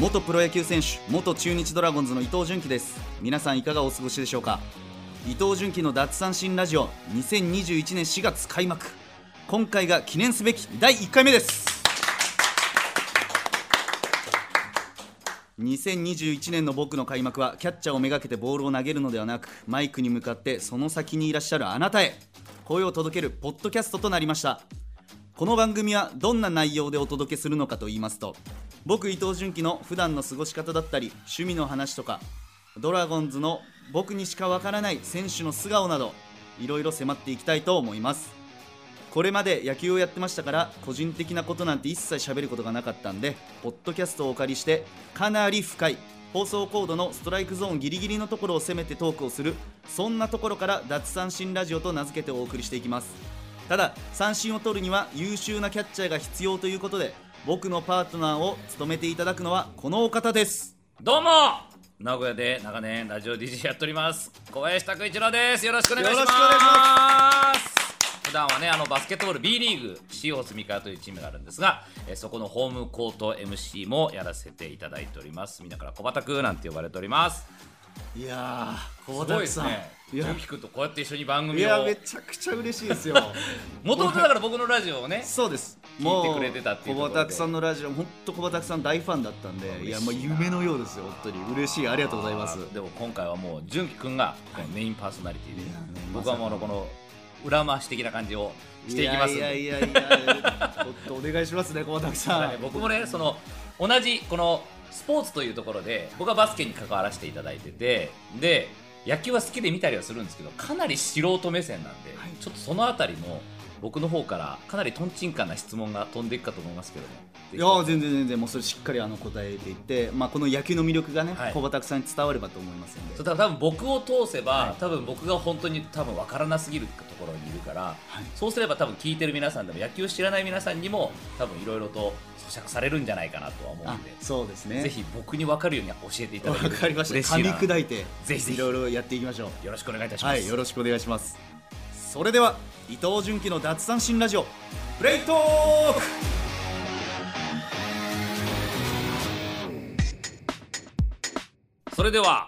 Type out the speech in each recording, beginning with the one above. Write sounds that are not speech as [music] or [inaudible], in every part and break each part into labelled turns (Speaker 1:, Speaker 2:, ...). Speaker 1: 元プロ野球選手元中日ドラゴンズの伊藤純喜です皆さんいかがお過ごしでしょうか伊藤純喜の奪三振ラジオ2021年4月開幕今回が記念すべき第1回目です2021年の僕の開幕はキャッチャーをめがけてボールを投げるのではなくマイクに向かってその先にいらっしゃるあなたへ声を届けるポッドキャストとなりましたこの番組はどんな内容でお届けするのかと言いますと僕伊藤純喜の普段の過ごし方だったり趣味の話とかドラゴンズの僕にしかわからない選手の素顔などいろいろ迫っていきたいと思いますこれまで野球をやってましたから個人的なことなんて一切喋ることがなかったんでポッドキャストをお借りしてかなり深い放送コードのストライクゾーンギリギリのところを攻めてトークをするそんなところから奪三振ラジオと名付けてお送りしていきますただ三振を取るには優秀なキャッチャーが必要ということで僕のパートナーを務めていただくのはこのお方です
Speaker 2: どうも名古屋で長年ラジオ DJ やっております小林拓一郎ですよろしくお願いします
Speaker 1: よろしくお願いし
Speaker 2: 普段はねあのバスケットボール B リーグシーホース三河というチームがあるんですが、えーそこのホームコート MC もやらせていただいておりますみんなから小畑くなんて呼ばれております
Speaker 1: いやー小
Speaker 2: すごい
Speaker 1: 畑
Speaker 2: です
Speaker 1: さん
Speaker 2: ね
Speaker 1: いや
Speaker 2: 純喜くんとこうやって一緒に番
Speaker 1: い
Speaker 2: 組を
Speaker 1: やめちゃくちゃ嬉しいですよ
Speaker 2: もともとだから僕のラジオをね
Speaker 1: [laughs] そうです
Speaker 2: 聞いてくれてたっていうと
Speaker 1: もう小
Speaker 2: ころで
Speaker 1: 畑さんのラジオ本当小畑さん大ファンだったんで
Speaker 2: 嬉し
Speaker 1: い
Speaker 2: いな
Speaker 1: やもう夢のようですよ本当に嬉しいありがとうございます
Speaker 2: あーでも今回はもう純喜くんがこのメインパーソナリティで、
Speaker 1: いやね
Speaker 2: 僕はもうあのこの裏回し的な感じをしていきますん
Speaker 1: い
Speaker 2: で
Speaker 1: やいやいやいやちょっとお願いしますね小畑
Speaker 2: ただ
Speaker 1: さ
Speaker 2: ね
Speaker 1: ん
Speaker 2: 僕もねその同じこのスポーツというところで僕はバスケに関わらせていただいててで野球は好きで見たりはするんですけどかなり素人目線なんで、
Speaker 1: はい
Speaker 2: ちょっとそのあたりも僕の方からかなりとんちんかんな質問が飛んでいくかと思いますけども
Speaker 1: いや全然全然もうそれしっかりあの答えていって、まあ、この野球の魅力がね、
Speaker 2: はい
Speaker 1: 小畑さんに伝わればと思いますんで
Speaker 2: そうだから多分僕を通せば、
Speaker 1: はい
Speaker 2: 多分僕が本当に多分分からなすぎるところにいるから、
Speaker 1: い
Speaker 2: そうすれば多分聞いてる皆さんでも野球を知らない皆さんにも多分いろいろと咀嚼されるんじゃないかなとは思う
Speaker 1: あ
Speaker 2: んで、
Speaker 1: そうですね
Speaker 2: ぜひ僕に分かるように教えていただ
Speaker 1: わ
Speaker 2: けると
Speaker 1: かりました
Speaker 2: 嬉
Speaker 1: 噛
Speaker 2: い
Speaker 1: み
Speaker 2: な
Speaker 1: 砕いて
Speaker 2: ぜひぜひ
Speaker 1: いろいろやっていきましょう
Speaker 2: よろしくお願いいたします、
Speaker 1: はいよろしくお願いしますそれでは伊藤純喜の脱三振ラジオプレイトーク
Speaker 2: それでは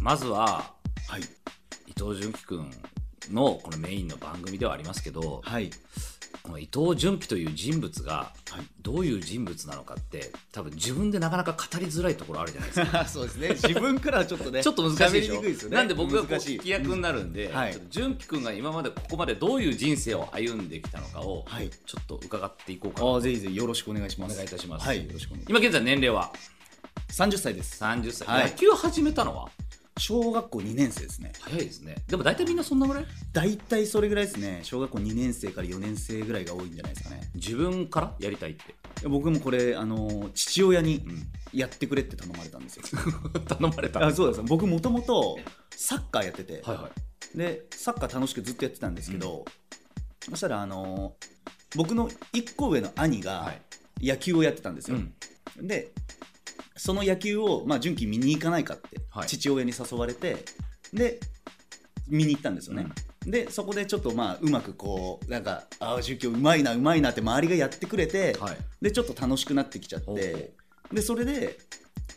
Speaker 2: まずは
Speaker 1: はい
Speaker 2: 伊藤純喜くんのこのメインの番組ではありますけど、
Speaker 1: はい [laughs]
Speaker 2: この伊藤純喜という人物が
Speaker 1: はい
Speaker 2: どういう人物なのかって多分自分でなかなか語りづらいところあるじゃないですか
Speaker 1: そうですね自分から [laughs] はちょっとね
Speaker 2: ちょっと難しいでし
Speaker 1: 喋り
Speaker 2: ょ
Speaker 1: にくいですよね
Speaker 2: なんで僕がこう
Speaker 1: 難しい
Speaker 2: 聞き役になるんで、
Speaker 1: んはい
Speaker 2: ちょっと純喜くんが今までここまでどういう人生を歩んできたのかを
Speaker 1: はい
Speaker 2: ちょっと伺っていこうかな、
Speaker 1: ああぜひぜひよろしくお願いします
Speaker 2: お願いいたします
Speaker 1: はいよろしくお願いしま
Speaker 2: 今現在年齢は
Speaker 1: す30歳です
Speaker 2: 30歳、
Speaker 1: はい
Speaker 2: 野球始めたのは
Speaker 1: 小学校2年生ですね
Speaker 2: 早いですねでも大体みんなそんなぐらい
Speaker 1: 大体それぐらいですね小学校2年生から4年生ぐらいが多いんじゃないですかね
Speaker 2: 自分からやりたいって、
Speaker 1: 僕もこれあの父親に
Speaker 2: うん、 [laughs]
Speaker 1: やってくれって頼まれたんですよ
Speaker 2: 頼まれた
Speaker 1: あそうです僕もともとサッカーやってて、
Speaker 2: はいはい。
Speaker 1: でサッカー楽しくずっとやってたんですけど、そしたらあの僕の1個上の兄が
Speaker 2: い。
Speaker 1: 野球をやってたんです
Speaker 2: う
Speaker 1: よ、
Speaker 2: ん。
Speaker 1: でその野球を、まあ、純喜見に行かないかって、
Speaker 2: はい
Speaker 1: 父親に誘われてで見に行ったんですよね、でそこでちょっとまあうまくこうなんか「ああ純喜うまいなうまいな」って周りがやってくれて、
Speaker 2: はい。
Speaker 1: でちょっと楽しくなってきちゃっ
Speaker 2: お
Speaker 1: て
Speaker 2: う
Speaker 1: でそれで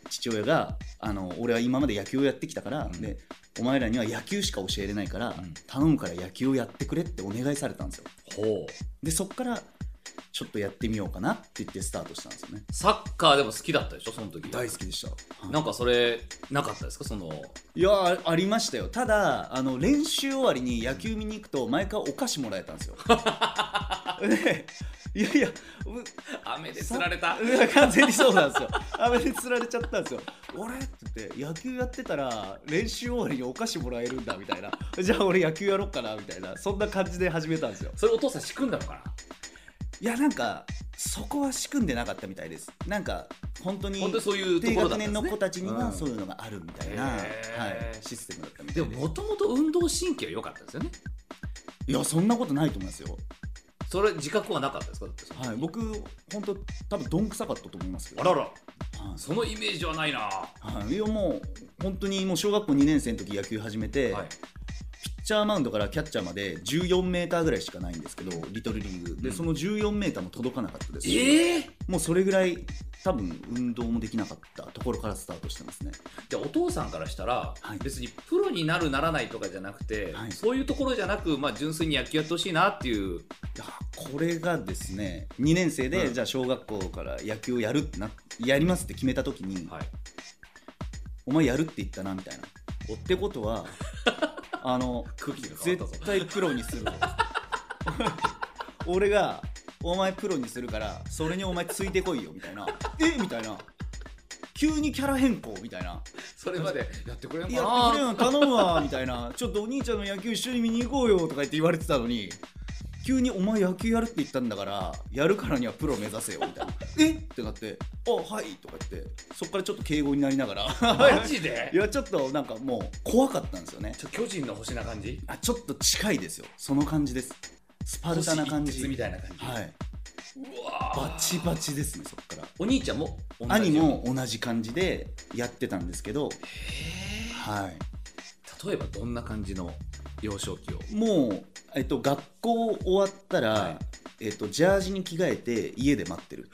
Speaker 1: 父親があの「俺は今まで野球をやってきたから、
Speaker 2: うん
Speaker 1: でお前らには野球しか教えれないから、
Speaker 2: うん
Speaker 1: 頼むから野球をやってくれ」ってお願いされたんですよ
Speaker 2: ほ
Speaker 1: でそっからちょっとやってみようかなって言ってスタートしたんですよね
Speaker 2: う。サッカーでも好きだったでしょ、その時。
Speaker 1: 大好きでした、はい
Speaker 2: なんかそれ、なかったですか、その。
Speaker 1: いやーありましたよただあの練習終わりに野球見に行くと毎回お菓子もらえたんです
Speaker 2: [laughs]
Speaker 1: よでいやいやう
Speaker 2: 雨で釣られた。
Speaker 1: いや完全にそうなんですよ。雨で釣られちゃったんですよ。俺って言って野球やってたら練習終わりにお菓子もらえるんだみたいな。じゃあ俺野球やろっかなみたいなそんな感じで始めたんですよ。
Speaker 2: それお父さん仕組んだのかない
Speaker 1: やなんかそこは仕組んでなかったみたいです。なんか本当に
Speaker 2: 本当にそういうと
Speaker 1: 低
Speaker 2: ころだ
Speaker 1: 学
Speaker 2: っ
Speaker 1: 年
Speaker 2: たん
Speaker 1: の
Speaker 2: で
Speaker 1: 子
Speaker 2: す
Speaker 1: たちには
Speaker 2: うん
Speaker 1: そういうのがあるみたいな、は
Speaker 2: へー
Speaker 1: い、システムだったみた
Speaker 2: で
Speaker 1: い
Speaker 2: ももともと運動神経は良かったですよね。
Speaker 1: いやそんなことないと思いますよ。
Speaker 2: それ自覚はなかったですかだってその時
Speaker 1: はい、僕本当多分どんくさかったと思いますけど。
Speaker 2: あらら、
Speaker 1: はい
Speaker 2: そのイメージはないな。は
Speaker 1: はい、いやもう本当にもう小学校2年生の時野球始めて、
Speaker 2: い。
Speaker 1: ピッチャーマウンドからキャッチャーまで14メーターぐらいしかないんですけどリトルリーグでその14メーターも届かなかったですし
Speaker 2: ええ
Speaker 1: もうそれぐらい多分運動もできなかったところからスタートしてますね
Speaker 2: でお父さんからしたら、
Speaker 1: はい
Speaker 2: 別にプロになるならないとかじゃなくて、
Speaker 1: はい
Speaker 2: そういうところじゃなく、まあ、純粋に野球やってほしいなっていう
Speaker 1: いやこれがですね2年生で、
Speaker 2: うん
Speaker 1: じゃあ小学校から野球をやるってなやりますって決めた時に、
Speaker 2: はい
Speaker 1: お前やるって言ったなみたいなってこと
Speaker 2: [laughs]
Speaker 1: はあの
Speaker 2: 空気が変わった
Speaker 1: 絶
Speaker 2: ぞ
Speaker 1: 対プロにするぞ [laughs] 俺がお前プロにするからそれにお前ついてこいよみたいなえみたいな急にキャラ変更みたいな
Speaker 2: それまでやってくれん
Speaker 1: い
Speaker 2: か
Speaker 1: や
Speaker 2: な
Speaker 1: ってくれよ頼むわみたいなちょっとお兄ちゃんの野球一緒に見に行こうよとか言って言われてたのに急に「お前野球やるって言ったんだからやるからにはプロ目指せよ」みたいな「えっ?」てなって「あはい」とか言ってそっからちょっと敬語になりながら
Speaker 2: マジで
Speaker 1: いやちょっとなんかもう怖かったんですよね
Speaker 2: ちょっと巨人の星な感じ
Speaker 1: あちょっと近いですよその感じですスパルタな感
Speaker 2: 星一
Speaker 1: じ
Speaker 2: 徹みたいな感じ、
Speaker 1: はい、
Speaker 2: うわー
Speaker 1: バチバチですねそっから
Speaker 2: お兄ちゃんも同じ
Speaker 1: 兄も同じ感じでやってたんですけど、はい、
Speaker 2: 例えばどんな感じの幼少期を
Speaker 1: もう、えっと、学校終わったら、
Speaker 2: は
Speaker 1: えっと、ジャージに着替えて家で待ってる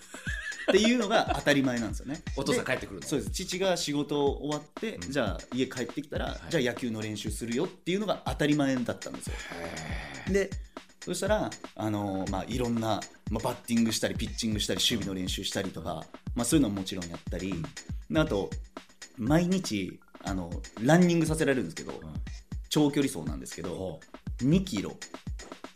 Speaker 1: っていうのが当たり前なんですよね
Speaker 2: [laughs] お父さん帰
Speaker 1: で
Speaker 2: ってくるの
Speaker 1: そうです父が仕事終わって、
Speaker 2: うん
Speaker 1: じゃあ家帰ってきたら、
Speaker 2: はい
Speaker 1: じゃあ野球の練習するよっていうのが当たり前だったんですよ
Speaker 2: へ
Speaker 1: でそしたら、あのーまあ、いろんな、まあ、バッティングしたりピッチングしたり守備の練習したりとか、まあ、そういうのももちろんやったりであと毎日あのランニングさせられるんですけど、
Speaker 2: ー
Speaker 1: 長距離走なんですけ
Speaker 2: うん
Speaker 1: ど
Speaker 2: ほ
Speaker 1: 2キロ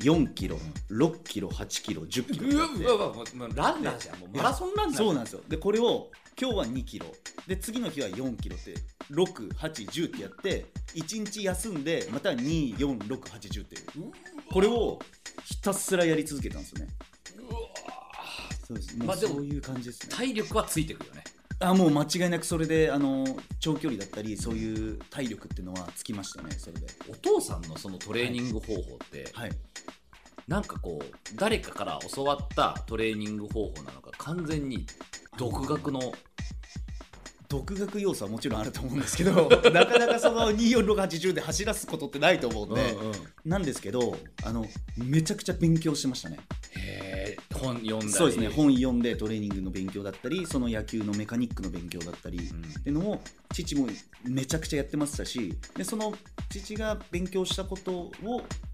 Speaker 1: 4キロ6キロ8キロ1 0キロ
Speaker 2: ううわ
Speaker 1: って
Speaker 2: うわうわもうもうランナーじゃんもうマラソンランナーじゃ
Speaker 1: そうなんですよでこれを今日は2キロで次の日は4キロって6810ってやって1日休んでまた24680っていう
Speaker 2: うわ
Speaker 1: これをひたすらやり続けたんですよね
Speaker 2: うわ
Speaker 1: そうですもう
Speaker 2: まあでも
Speaker 1: そういう感じですね
Speaker 2: 体力はついてくるよね
Speaker 1: あもう間違いなくそれであの長距離だったりそういう体力っていうのはつきましたねそれで
Speaker 2: お父さんのそのトレーニング方法って、
Speaker 1: はい
Speaker 2: なんかこう誰かから教わったトレーニング方法なのか完全に独学の
Speaker 1: 独学要素はもちろんあると思うんですけ
Speaker 2: [laughs]
Speaker 1: どなかなかその24680で走らすことってないと思うんで、
Speaker 2: うんうん
Speaker 1: なんですけどあのめちゃくちゃ勉強してましたね
Speaker 2: へー本読んだり
Speaker 1: そうですね本読んでトレーニングの勉強だったりその野球のメカニックの勉強だったり、
Speaker 2: うん
Speaker 1: っていうのも父もめちゃくちゃやってましたしでその父が勉強したことを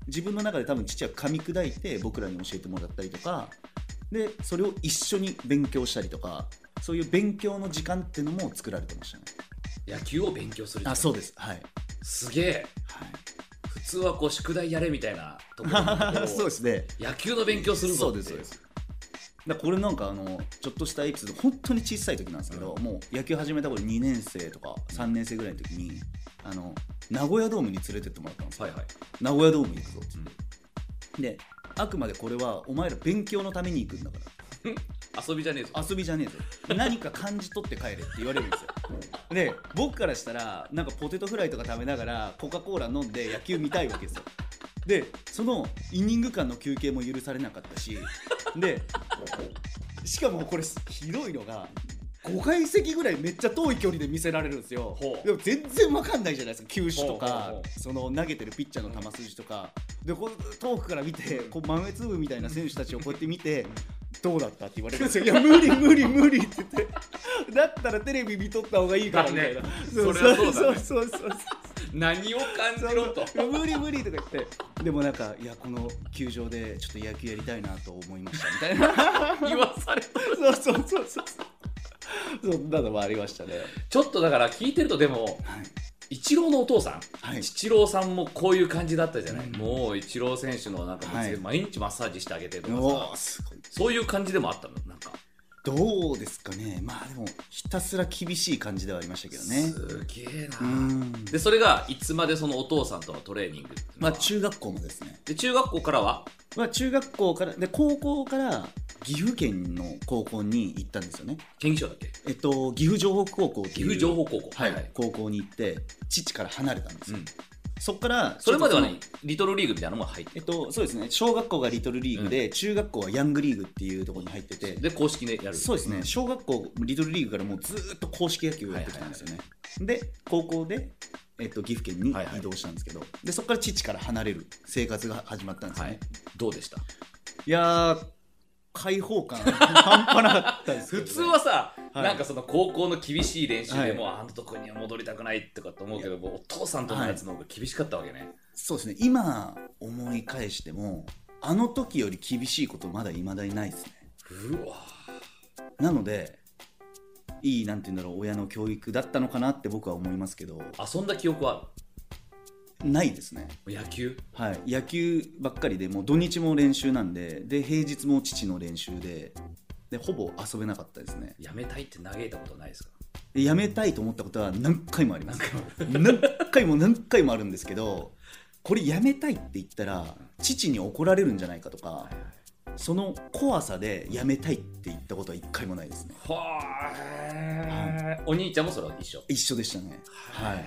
Speaker 1: 自分の中で多分父は噛み砕いて僕らに教えてもらったりとかでそれを一緒に勉強したりとかそういう勉強の時間っていうのも作られてましたね
Speaker 2: 野球を勉強する
Speaker 1: あそう
Speaker 2: う
Speaker 1: ですはい、
Speaker 2: すげえ
Speaker 1: は
Speaker 2: 普通はこう宿題やれみたいなところなんだけど
Speaker 1: [laughs] そうですね
Speaker 2: 野球の勉強する
Speaker 1: そ
Speaker 2: ぞっ
Speaker 1: う
Speaker 2: て
Speaker 1: ですそうですだからこれなんかあのちょっとしたエピソード本当に小さい時なんですけど、
Speaker 2: う
Speaker 1: もう野球始めた頃2年生とか3年生ぐらいの時にあの名古屋ドームに連れてってもらったんですよ、
Speaker 2: はいはい、
Speaker 1: 名古屋ドーム行くぞっつって、であくまでこれはお前ら勉強のために行くんだか
Speaker 2: 遊びじゃねえぞ
Speaker 1: ら遊びじゃねえぞ何か感じ取って帰れって言われるん
Speaker 2: [laughs]
Speaker 1: ですよで僕からしたらなんかポテトフライとか食べながらコカ・コーラ飲んで野球見たいわけですよでそのイニング間の休憩も許されなかったしでしかもこれひどいのが5階席ぐらいめっちゃ遠い距離で見せられるんですよ
Speaker 2: ほう
Speaker 1: でも全然わかんないじゃないですか球種とか
Speaker 2: ほうほうほう
Speaker 1: その投げてるピッチャーの球筋とかでこう遠くから見てこう豆粒みたいな選手たちをこうやって見てどうだったって言われるんですよ「いや無理無理無理」って言ってだったらテレビ見とった方がいいからみたいな、
Speaker 2: だね
Speaker 1: そう
Speaker 2: それはそうだね
Speaker 1: そうそうそうそう
Speaker 2: 何を感じろと
Speaker 1: 無理無理とか言ってでもなんかいやこの球場でちょっと野球やりたいなと思いましたみたいな
Speaker 2: 言わされた
Speaker 1: そうそうそうそうそうそんなのもありましたね
Speaker 2: ちょっとだから聞いてるとでも
Speaker 1: はい
Speaker 2: イチローのお父さん、
Speaker 1: はい
Speaker 2: イチローさんもこういう感じだったじゃない、
Speaker 1: うん
Speaker 2: もうイチロー選手のなんかもう
Speaker 1: はい
Speaker 2: 毎日マッサージしてあげてとかさ、
Speaker 1: おーすごい
Speaker 2: そういう感じでもあったのなんか、
Speaker 1: どうですかねまあでもひたすら厳しい感じではありましたけどね
Speaker 2: すげえな、
Speaker 1: うん
Speaker 2: でそれがいつまでそのお父さんとのトレーニングっていうの
Speaker 1: ま
Speaker 2: は
Speaker 1: あ中学校もですね
Speaker 2: で中学校からは
Speaker 1: まあ中学校からで高校から岐阜県の高校に行ったんですよね
Speaker 2: 県議賞だっけ
Speaker 1: えっと岐阜情報高校っていう
Speaker 2: 岐阜情報高校
Speaker 1: はい、高校に行って父から離れたんです
Speaker 2: う
Speaker 1: よ、
Speaker 2: ん、
Speaker 1: そっから
Speaker 2: それまでは
Speaker 1: ちょ
Speaker 2: ね
Speaker 1: っと
Speaker 2: リトルリーグみたいなのも入っ
Speaker 1: そのえっ
Speaker 2: て
Speaker 1: とそうですね小学校がリトルリーグで、中学校はヤングリーグっていうところに入ってて
Speaker 2: で公式でやる
Speaker 1: そうですね小学校リトルリーグからもうずーっと公式野球をやってきたんですよね、で高校でえっと、岐阜県に
Speaker 2: はいはい
Speaker 1: 移動したんですけど、でそこから父から離れる生活が始まったんですよ
Speaker 2: は
Speaker 1: ね、
Speaker 2: い、どうでした
Speaker 1: い、やー開放感半端なかったですけど
Speaker 2: 普
Speaker 1: ね
Speaker 2: 通はさ、
Speaker 1: はい
Speaker 2: なんかその高校の厳しい練習
Speaker 1: は
Speaker 2: で
Speaker 1: い
Speaker 2: もう、あのとこには戻りたくないとかと思うけどもうお父さんとのやつの方が厳しかったわけね、
Speaker 1: そうですね今思い返してもあの時より厳しいことまだいまだにないですね
Speaker 2: うわ
Speaker 1: なのでいいなんて言うんだろう親の教育だったのかなって僕は思いますけど
Speaker 2: 遊んだ記憶は
Speaker 1: ないですね
Speaker 2: ある野球
Speaker 1: はい、野球ばっかりでもう土日も練習なんでで平日も父の練習ででほぼ遊べなかったですね
Speaker 2: やめたいって嘆いたことないですか
Speaker 1: でやめたいと思ったことは何回もあります何回も何回もあるんですけどこれやめたいって言ったら父に怒られるんじゃないかとかその怖さでやめたいって言ったことは一回もないですね
Speaker 2: はあお兄ちゃんもそれは一緒
Speaker 1: 一緒でしたねはい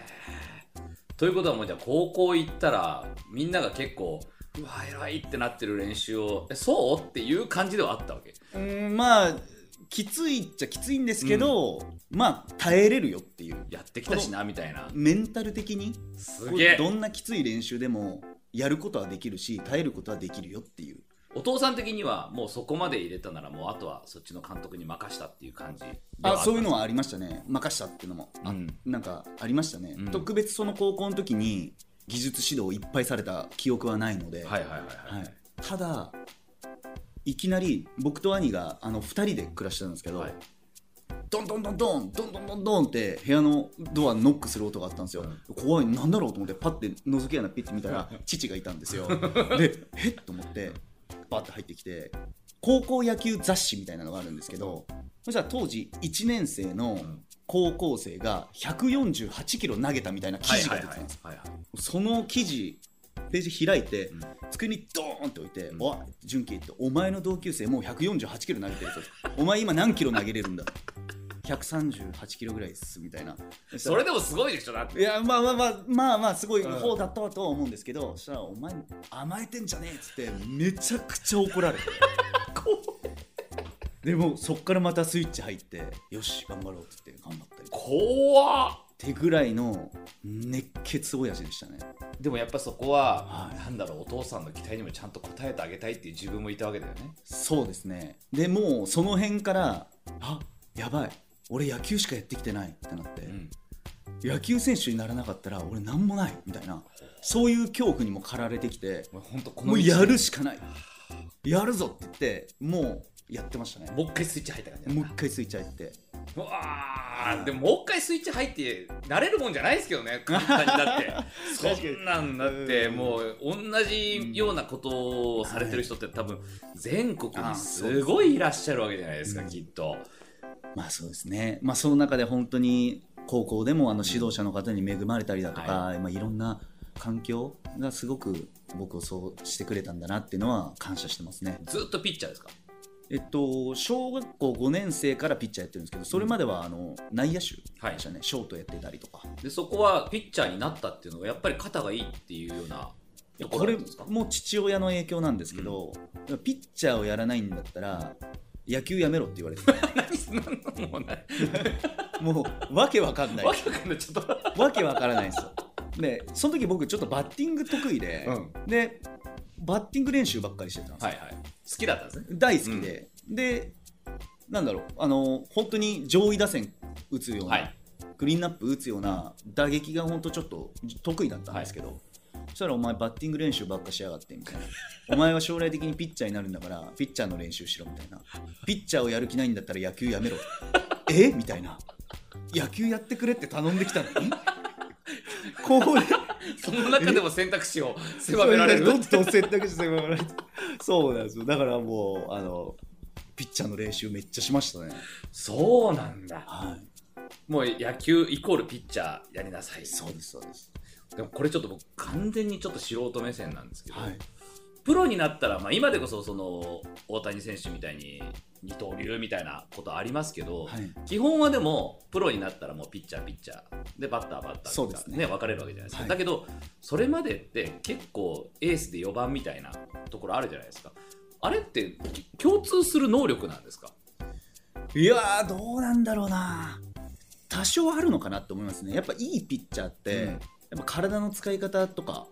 Speaker 2: ということはもうじゃあ高校行ったらみんなが結構うわ偉いってなってる練習をえそうっていう感じではあったわけ
Speaker 1: うーんまあきついっちゃきついんですけど、まあ耐えれるよっていう
Speaker 2: やってきたしなみたいな
Speaker 1: メンタル的に
Speaker 2: すげえ
Speaker 1: どんなきつい練習でもやることはできるし耐えることはできるよっていう
Speaker 2: お父さん的にはもうそこまで入れたならもうあとはそっちの監督に任したっていう感じでは
Speaker 1: あそういうの
Speaker 2: は
Speaker 1: はありましたね任したっていうのも、あ
Speaker 2: うん
Speaker 1: なんかありましたね、
Speaker 2: うん
Speaker 1: 特別その高校の時に技術指導をいっぱいされた記憶はないので、
Speaker 2: はいはいはいはい、
Speaker 1: はいただいきなり僕と兄があの2人で暮らしてたんですけど、
Speaker 2: はい
Speaker 1: ドンドンドンドンドンドンドンドンって部屋のドアノックする音があったんですよ、怖いなんだろうと思ってパッて覗き穴ピッて見たら父がいたんですよでえっと思ってバッて入ってきて高校野球雑誌みたいなのがあるんですけどそしたら当時1年生の高校生が148キロ投げたみたいな記事が出てたんですよ、
Speaker 2: はいはいはい
Speaker 1: その記事ページ開いて、
Speaker 2: うん
Speaker 1: 机にドーンって置いて「
Speaker 2: うん
Speaker 1: おい純喜ってお前の同級生もう148キロ投げてるぞ [laughs] お前今何キロ投げれるんだ138キロぐらいっす」みたいな
Speaker 2: それでもすごいでしょだって
Speaker 1: いやまあまあまあまあまあすごい
Speaker 2: うん
Speaker 1: 方だったわとは思うんですけど、そしたら「お前甘えてんじゃねえ」っつってめちゃくちゃ怒られて
Speaker 2: [laughs]
Speaker 1: でもそっからまたスイッチ入って「よし頑張ろう」っつって頑張ったり
Speaker 2: 怖っ
Speaker 1: 手ぐらいの熱血親父でしたね
Speaker 2: でもやっぱそこは、
Speaker 1: はい
Speaker 2: なんだろうお父さんの期待にもちゃんと応えてあげたいっていう自分もいたわけだよね
Speaker 1: そうですねでもうその辺からあやばい俺野球しかやってきてないってなって、
Speaker 2: ん
Speaker 1: 野球選手にならなかったら俺なんもないみたいなそういう恐怖にも駆られてきて
Speaker 2: もう本当この
Speaker 1: もうやる
Speaker 2: し
Speaker 1: しかないやるぞって言ってもうやってましたね
Speaker 2: もう一回スイッチ入った感じ
Speaker 1: もう一回スイッチ入って
Speaker 2: うわーでももう一回スイッチ入って慣れるもんじゃないですけど
Speaker 1: [laughs]
Speaker 2: ね簡単にだって
Speaker 1: かに
Speaker 2: そんなんだって
Speaker 1: うん
Speaker 2: もう同じようなことをされてる人って多分全国
Speaker 1: あ
Speaker 2: に
Speaker 1: ー
Speaker 2: すごいいらっしゃるわけじゃないですか
Speaker 1: うん
Speaker 2: きっと
Speaker 1: まあそうですねまあその中で本当に高校でもあの指導者の方に恵まれたりだとか、いまあ、いろんな環境がすごく僕をそうしてくれたんだなっていうのは感謝してますね
Speaker 2: ずっとピッチャーですか
Speaker 1: えっと、小学校5年生からピッチャーやってるんですけどそれまではあの内野手
Speaker 2: はい
Speaker 1: でしたね、ショートやってたりとか
Speaker 2: でそこはピッチャーになったっていうのがやっぱり肩がいいっていうようなとこ
Speaker 1: こ
Speaker 2: ろ
Speaker 1: れ
Speaker 2: なんですか
Speaker 1: も父親の影響なんですけど、ピッチャーをやらないんだったら野球やめろって言われて [laughs] た
Speaker 2: 何もうない
Speaker 1: もうわけわかんない
Speaker 2: わけわかんないちょっと
Speaker 1: わけわからないんですよでその時僕ちょっとバッティング得意で、でバッティング練習ばっかりしてたんですよ、
Speaker 2: はいはい好きだったんですね
Speaker 1: 大好きで、でなんだろうあの本当に上位打線打つような、
Speaker 2: はい
Speaker 1: クリーンナップ打つような打撃が本当ちょっと得意だったんですけど、そしたらお前バッティング練習ばっかしやがってみたいなお前は将来的にピッチャーになるんだからピッチャーの練習しろみたいなピッチャーをやる気ないんだったら野球やめ
Speaker 2: [laughs]
Speaker 1: ろえみたいな野球やってくれって頼んでき
Speaker 2: [laughs]
Speaker 1: たのにここで
Speaker 2: その中でも選択肢を狭められる
Speaker 1: どんどん選択肢狭められるそうなんですよだからもうあのピッチャーの練習めっちゃしましたね
Speaker 2: そうなんだ
Speaker 1: は
Speaker 2: もう野球イコールピッチャーやりなさい
Speaker 1: いそうですそうです
Speaker 2: でもこれちょっと僕完全にちょっと素人目線なんですけど、
Speaker 1: はい
Speaker 2: プロになったら、まあ、今でこそその大谷選手みたいに二刀流みたいなことありますけど、
Speaker 1: はい
Speaker 2: 基本はでもプロになったらもうピッチャーピッチャーでバッターバッター
Speaker 1: そうですね
Speaker 2: 分かれるわけじゃないですか、
Speaker 1: はい
Speaker 2: だけどそれまでって結構エースで4番みたいなところあるじゃないですかあれって共通する能力なんですか
Speaker 1: いやーどうなんだろうな多少あるのかなって思いますねやっぱいいピッチャーって、
Speaker 2: うん
Speaker 1: やっぱ体の使い方とか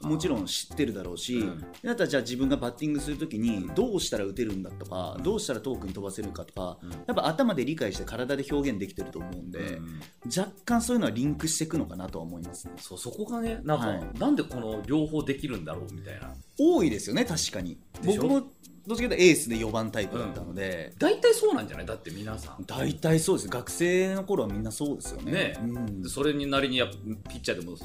Speaker 1: もちろん知ってるだろうし、
Speaker 2: うん
Speaker 1: だったらじゃあ自分がバッティングするときにどうしたら打てるんだとか、どうしたら遠くに飛ばせるかとか、
Speaker 2: うん
Speaker 1: やっぱ頭で理解して体で表現できてると思うんで、
Speaker 2: うん
Speaker 1: 若干そういうのはリンクしていくのかなとは思いますね
Speaker 2: そうそこがねなんか、
Speaker 1: はい
Speaker 2: なんでこの両方できるんだろうみたいな
Speaker 1: 多いですよね確かに
Speaker 2: でしょ
Speaker 1: 僕もどっちかというとエースで4番タイプだったので、
Speaker 2: 大体そうなんじゃないだって皆さん
Speaker 1: 大体そうです学生の頃はみんなそうですよね
Speaker 2: ね
Speaker 1: うん
Speaker 2: でそれになりにやっぱピッチャーでも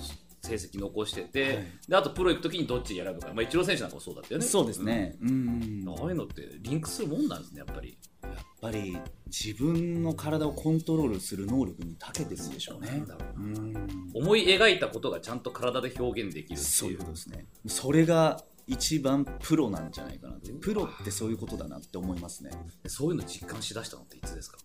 Speaker 2: 成績残してて、
Speaker 1: はい
Speaker 2: であとプロ行く時にどっち選ぶか、まあ、イチロー選手なんかもそうだったよね
Speaker 1: そうです、ねうん、
Speaker 2: うん
Speaker 1: やっ
Speaker 2: ああいうのってリンクするもんなんですねやっぱり
Speaker 1: ぱり自分の体をコントロールする能力に長けてるんでしょう
Speaker 2: な
Speaker 1: ね
Speaker 2: んだろう
Speaker 1: うん
Speaker 2: 思い描いたことがちゃんと体で表現できるっていう
Speaker 1: そういうことですねそれが一番プロなんじゃないかなって
Speaker 2: うん
Speaker 1: プロってそういうことだなって思いますね
Speaker 2: でそういうの実感しだしたのっていつですか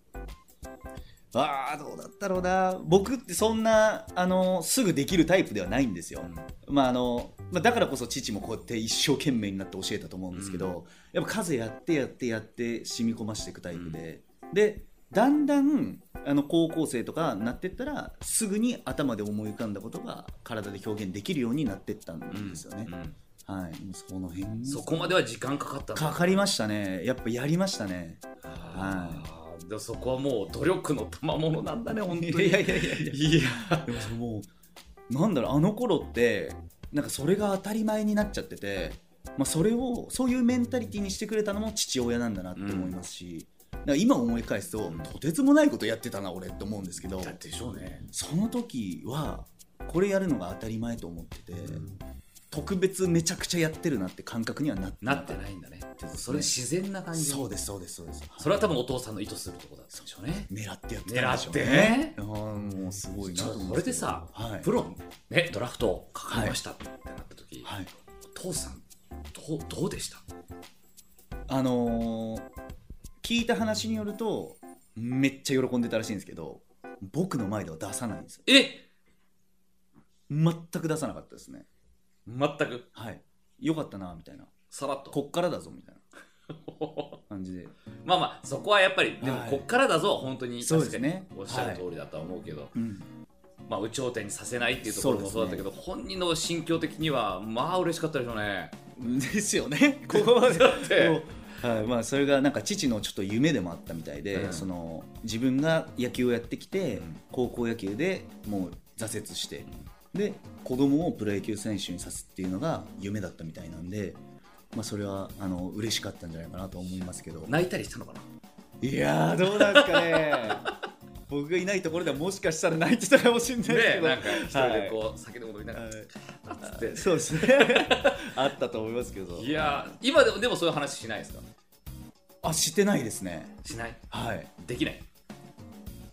Speaker 1: ああどうだったろうな僕ってそんなあのすぐできるタイプではないんですよ、まああのまあ、だからこそ父もこうやって一生懸命になって教えたと思うんですけど、やっぱ数やってやってやって染み込ましていくタイプで、でだんだんあの高校生とかなってったらすぐに頭で思い浮かんだことが体で表現できるようになってったんですよね、
Speaker 2: うん
Speaker 1: はいもうその辺
Speaker 2: そこまでは時間かかったんだ
Speaker 1: かかりましたねやっぱやりましたね
Speaker 2: あーでそこはもう努力の賜物なんだね本当に
Speaker 1: いやいやいやいや
Speaker 2: いや
Speaker 1: でもそのもうなんだろうあの頃ってなんかそれが当たり前になっちゃってて、まあ、それをそういうメンタリティにしてくれたのも父親なんだなって思いますし、だから今思い返すと、
Speaker 2: ん
Speaker 1: とてつもないことやってたな俺って思うんですけど
Speaker 2: だってでしょうね
Speaker 1: その時はこれやるのが当たり前と思ってて、特別めちゃくちゃやってるなって感覚にはなって
Speaker 2: なって
Speaker 1: い
Speaker 2: ないんだねそれ自然な感じ
Speaker 1: そうですそうですそうです
Speaker 2: それは多分お父さんの意図するところだったんでしょうね
Speaker 1: 狙ってやってたんでしょうねあーもうすごいな
Speaker 2: ちょ
Speaker 1: と
Speaker 2: っと
Speaker 1: 思
Speaker 2: これでさ、
Speaker 1: はい
Speaker 2: プロねドラフトかかりましたってなった時、
Speaker 1: はい
Speaker 2: お父さんどうどうでした
Speaker 1: あのー聞いた話によるとめっちゃ喜んでたらしいんですけど僕の前では出さないんですよ
Speaker 2: え
Speaker 1: 全く出さなかったですね
Speaker 2: 全く
Speaker 1: はいよかったなみたいな
Speaker 2: さらっと
Speaker 1: こっからだぞみたいな感じで
Speaker 2: まあまあそこはやっぱりでも
Speaker 1: はい
Speaker 2: こっからだぞは本当に
Speaker 1: そうで
Speaker 2: 確
Speaker 1: す
Speaker 2: かに
Speaker 1: ね
Speaker 2: おっしゃる通りだとは思うけど、
Speaker 1: うん
Speaker 2: まあ有頂天にさせないっていうところもそうだったけど、本人の心境的にはまあ嬉しかったでしょうね
Speaker 1: ですよねここまで
Speaker 2: だって
Speaker 1: もうはいまあ、それがなんか父のちょっと夢でもあったみたいで、
Speaker 2: うん
Speaker 1: その自分が野球をやってきて、
Speaker 2: うん
Speaker 1: 高校野球でもう挫折して、で子供をプロ野球選手にさすっていうのが夢だったみたいなんで、まあ、それはあの嬉しかったんじゃないかなと思いますけど
Speaker 2: 泣いたりし
Speaker 1: [laughs]
Speaker 2: たのかない
Speaker 1: やーどうなんですかね [laughs] 僕がいないところではもしかしたら泣いてたかもしれないです
Speaker 2: ね
Speaker 1: けど、
Speaker 2: なんか一人でこう酒でも飲みながら、
Speaker 1: はい
Speaker 2: あっつって
Speaker 1: そうですね [laughs] あったと思いますけど
Speaker 2: いやー今でもでもそういう話しないですか
Speaker 1: あしてないですね
Speaker 2: しない
Speaker 1: はい
Speaker 2: できない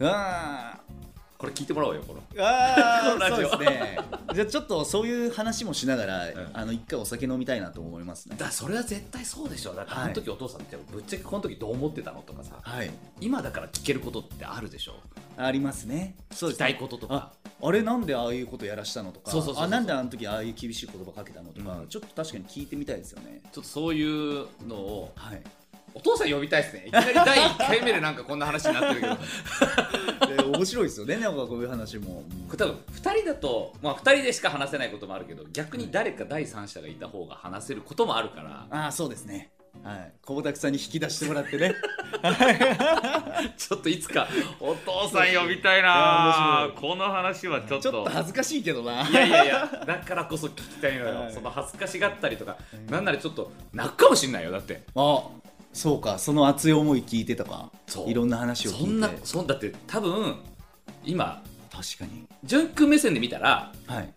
Speaker 1: あー
Speaker 2: これ聞いてもらおうよこの
Speaker 1: あ
Speaker 2: [laughs] この
Speaker 1: あ
Speaker 2: ラ
Speaker 1: そう
Speaker 2: ジオ
Speaker 1: ですねじゃあちょっとそういう話もしながら、
Speaker 2: ん
Speaker 1: あの一回お酒飲みたいなと思いますね
Speaker 2: だそれは絶対そうでしょだって
Speaker 1: はい
Speaker 2: あの時お父さんってぶっちゃけこの時どう思ってたのとかさ
Speaker 1: はい
Speaker 2: 今だから聞けることってあるでしょ
Speaker 1: ありますねそう
Speaker 2: 聞きたいこととか
Speaker 1: ああれなんでああいうことやらしたのとか
Speaker 2: そうそうそうそう
Speaker 1: あなんであの時ああいう厳しい言葉かけたのとか、
Speaker 2: うん
Speaker 1: ちょっと確かに聞いてみたいですよね
Speaker 2: ちょっとそういうのを
Speaker 1: はい
Speaker 2: お父さん呼びたいですねいきなり第1回目でなんかこんな話になってるけどこ
Speaker 1: で面白いですよねなんかこういう話も、
Speaker 2: れ [laughs] 多分2人だと、まあ、2人でしか話せないこともあるけど逆に誰か第三者がいた方が話せることもあるから
Speaker 1: ああそうですねはい小保田さんに引き出してもらってね
Speaker 2: ちょっといつかお父さん呼びたい
Speaker 1: いや
Speaker 2: な
Speaker 1: 面
Speaker 2: この話は [laughs] ちょっ
Speaker 1: ちょっ
Speaker 2: と
Speaker 1: と恥ずかしいけどない
Speaker 2: やいやいやだからこそ聞きたいのよ、
Speaker 1: はい
Speaker 2: [laughs] その恥ずかしがったりとか、
Speaker 1: い
Speaker 2: なんならちょっと泣くかもしんないよだって
Speaker 1: あそうかその熱い思い聞いてたか
Speaker 2: そう
Speaker 1: いろんな話を聞いて
Speaker 2: そんなそんだって多分今
Speaker 1: 確かに
Speaker 2: 純君目線で見たら
Speaker 1: はい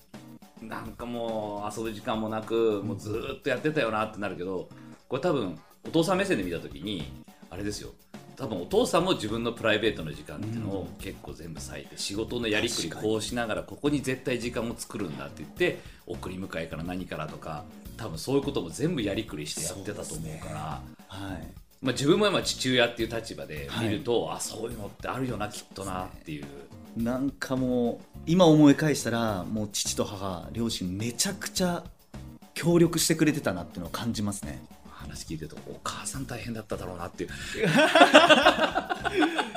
Speaker 2: なんかもう遊ぶ時間もなくもうずーっとやってたよなってなるけどこれ多分お父さん目線で見た時にあれですよ多分お父さんも自分のプライベートの時間っていうのを結構全部割いて仕事のやりく
Speaker 1: 確
Speaker 2: り
Speaker 1: かに
Speaker 2: こうしながらここに絶対時間を作るんだって言って送り迎えから何からとか多分そういうことも全部やりくりしてやってたと思うから。
Speaker 1: はい
Speaker 2: まあ、自分も今父親っていう立場で見ると、あそういうのってあるよなきっとなっていう
Speaker 1: なんかもう今思い返したらもう父と母両親めちゃくちゃ協力してくれてたなっていうのを感じますね
Speaker 2: あ話聞いてるとお母さん大変だっただろうなっていう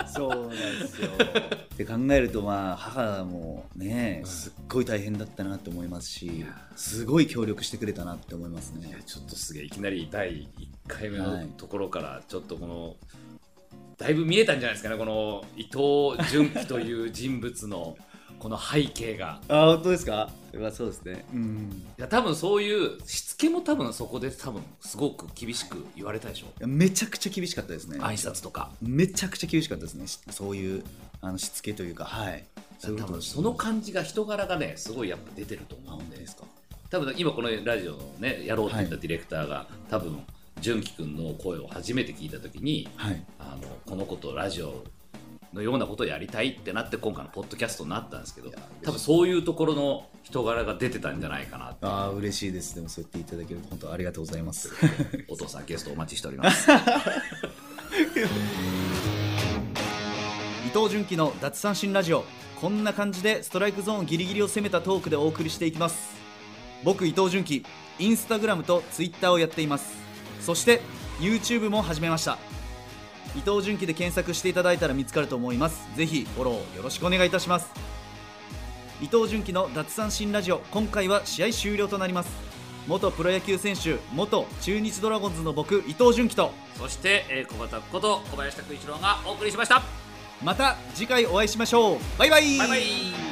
Speaker 1: そうなん [laughs] ですよ。って考えるとまあ母もねすっごい大変だったなって思いますしすごい協力してくれたなって思います
Speaker 2: いや
Speaker 1: ね。
Speaker 2: ちょっとすげえいきなり第1回目
Speaker 1: は
Speaker 2: の
Speaker 1: い
Speaker 2: ところからちょっとこのだいぶ見えたんじゃないですかねこの伊藤純喜という人物のこの背景が
Speaker 1: あ本当ですかまあそうですね。うん
Speaker 2: いや多分そういうしつけも多分そこで多分すごく厳しく言われたでしょ
Speaker 1: めちゃくちゃ厳しかったですね。
Speaker 2: 挨拶とか
Speaker 1: めちゃくちゃ厳しかったですね。しそういうあのしつけというかはい。
Speaker 2: 多
Speaker 1: いうこと
Speaker 2: 分その感じが人柄がねすごいやっぱ出てると
Speaker 1: あ
Speaker 2: 思う
Speaker 1: 本
Speaker 2: ん
Speaker 1: 当
Speaker 2: で
Speaker 1: ですか。
Speaker 2: 多分今このラジオのねやろうって言ったディレクターが、多分純喜君の声を初めて聞いた時に
Speaker 1: はい。
Speaker 2: あのこの子とラジオのようなことをやりたいってなって今回のポッドキャストになったんですけど
Speaker 1: いや
Speaker 2: 多分そういうところの人柄が出てたんじゃないかなって
Speaker 1: ああ嬉しいです。でもそう言っていただけると本当ありがとうございます。
Speaker 2: お父さんゲストお待ちしておりま
Speaker 1: [laughs]
Speaker 2: す
Speaker 1: 伊藤純喜の脱三振ラジオこんな感じでストライクゾーンギリギリを攻めたトークでお送りしていきます僕伊藤純喜インスタグラムとツイッターをやっていますそして YouTube も始めました伊藤純喜で検索していただいたら見つかると思いますぜひフォローよろしくお願いいたします伊藤純喜の脱三振ラジオ今回は試合終了となります元プロ野球選手元中日ドラゴンズの僕伊藤純喜と
Speaker 2: そして、えー小畑こと小林拓一郎がお送りしました
Speaker 1: また次回お会いしましょうバイバイ [laughs]
Speaker 2: バイバイ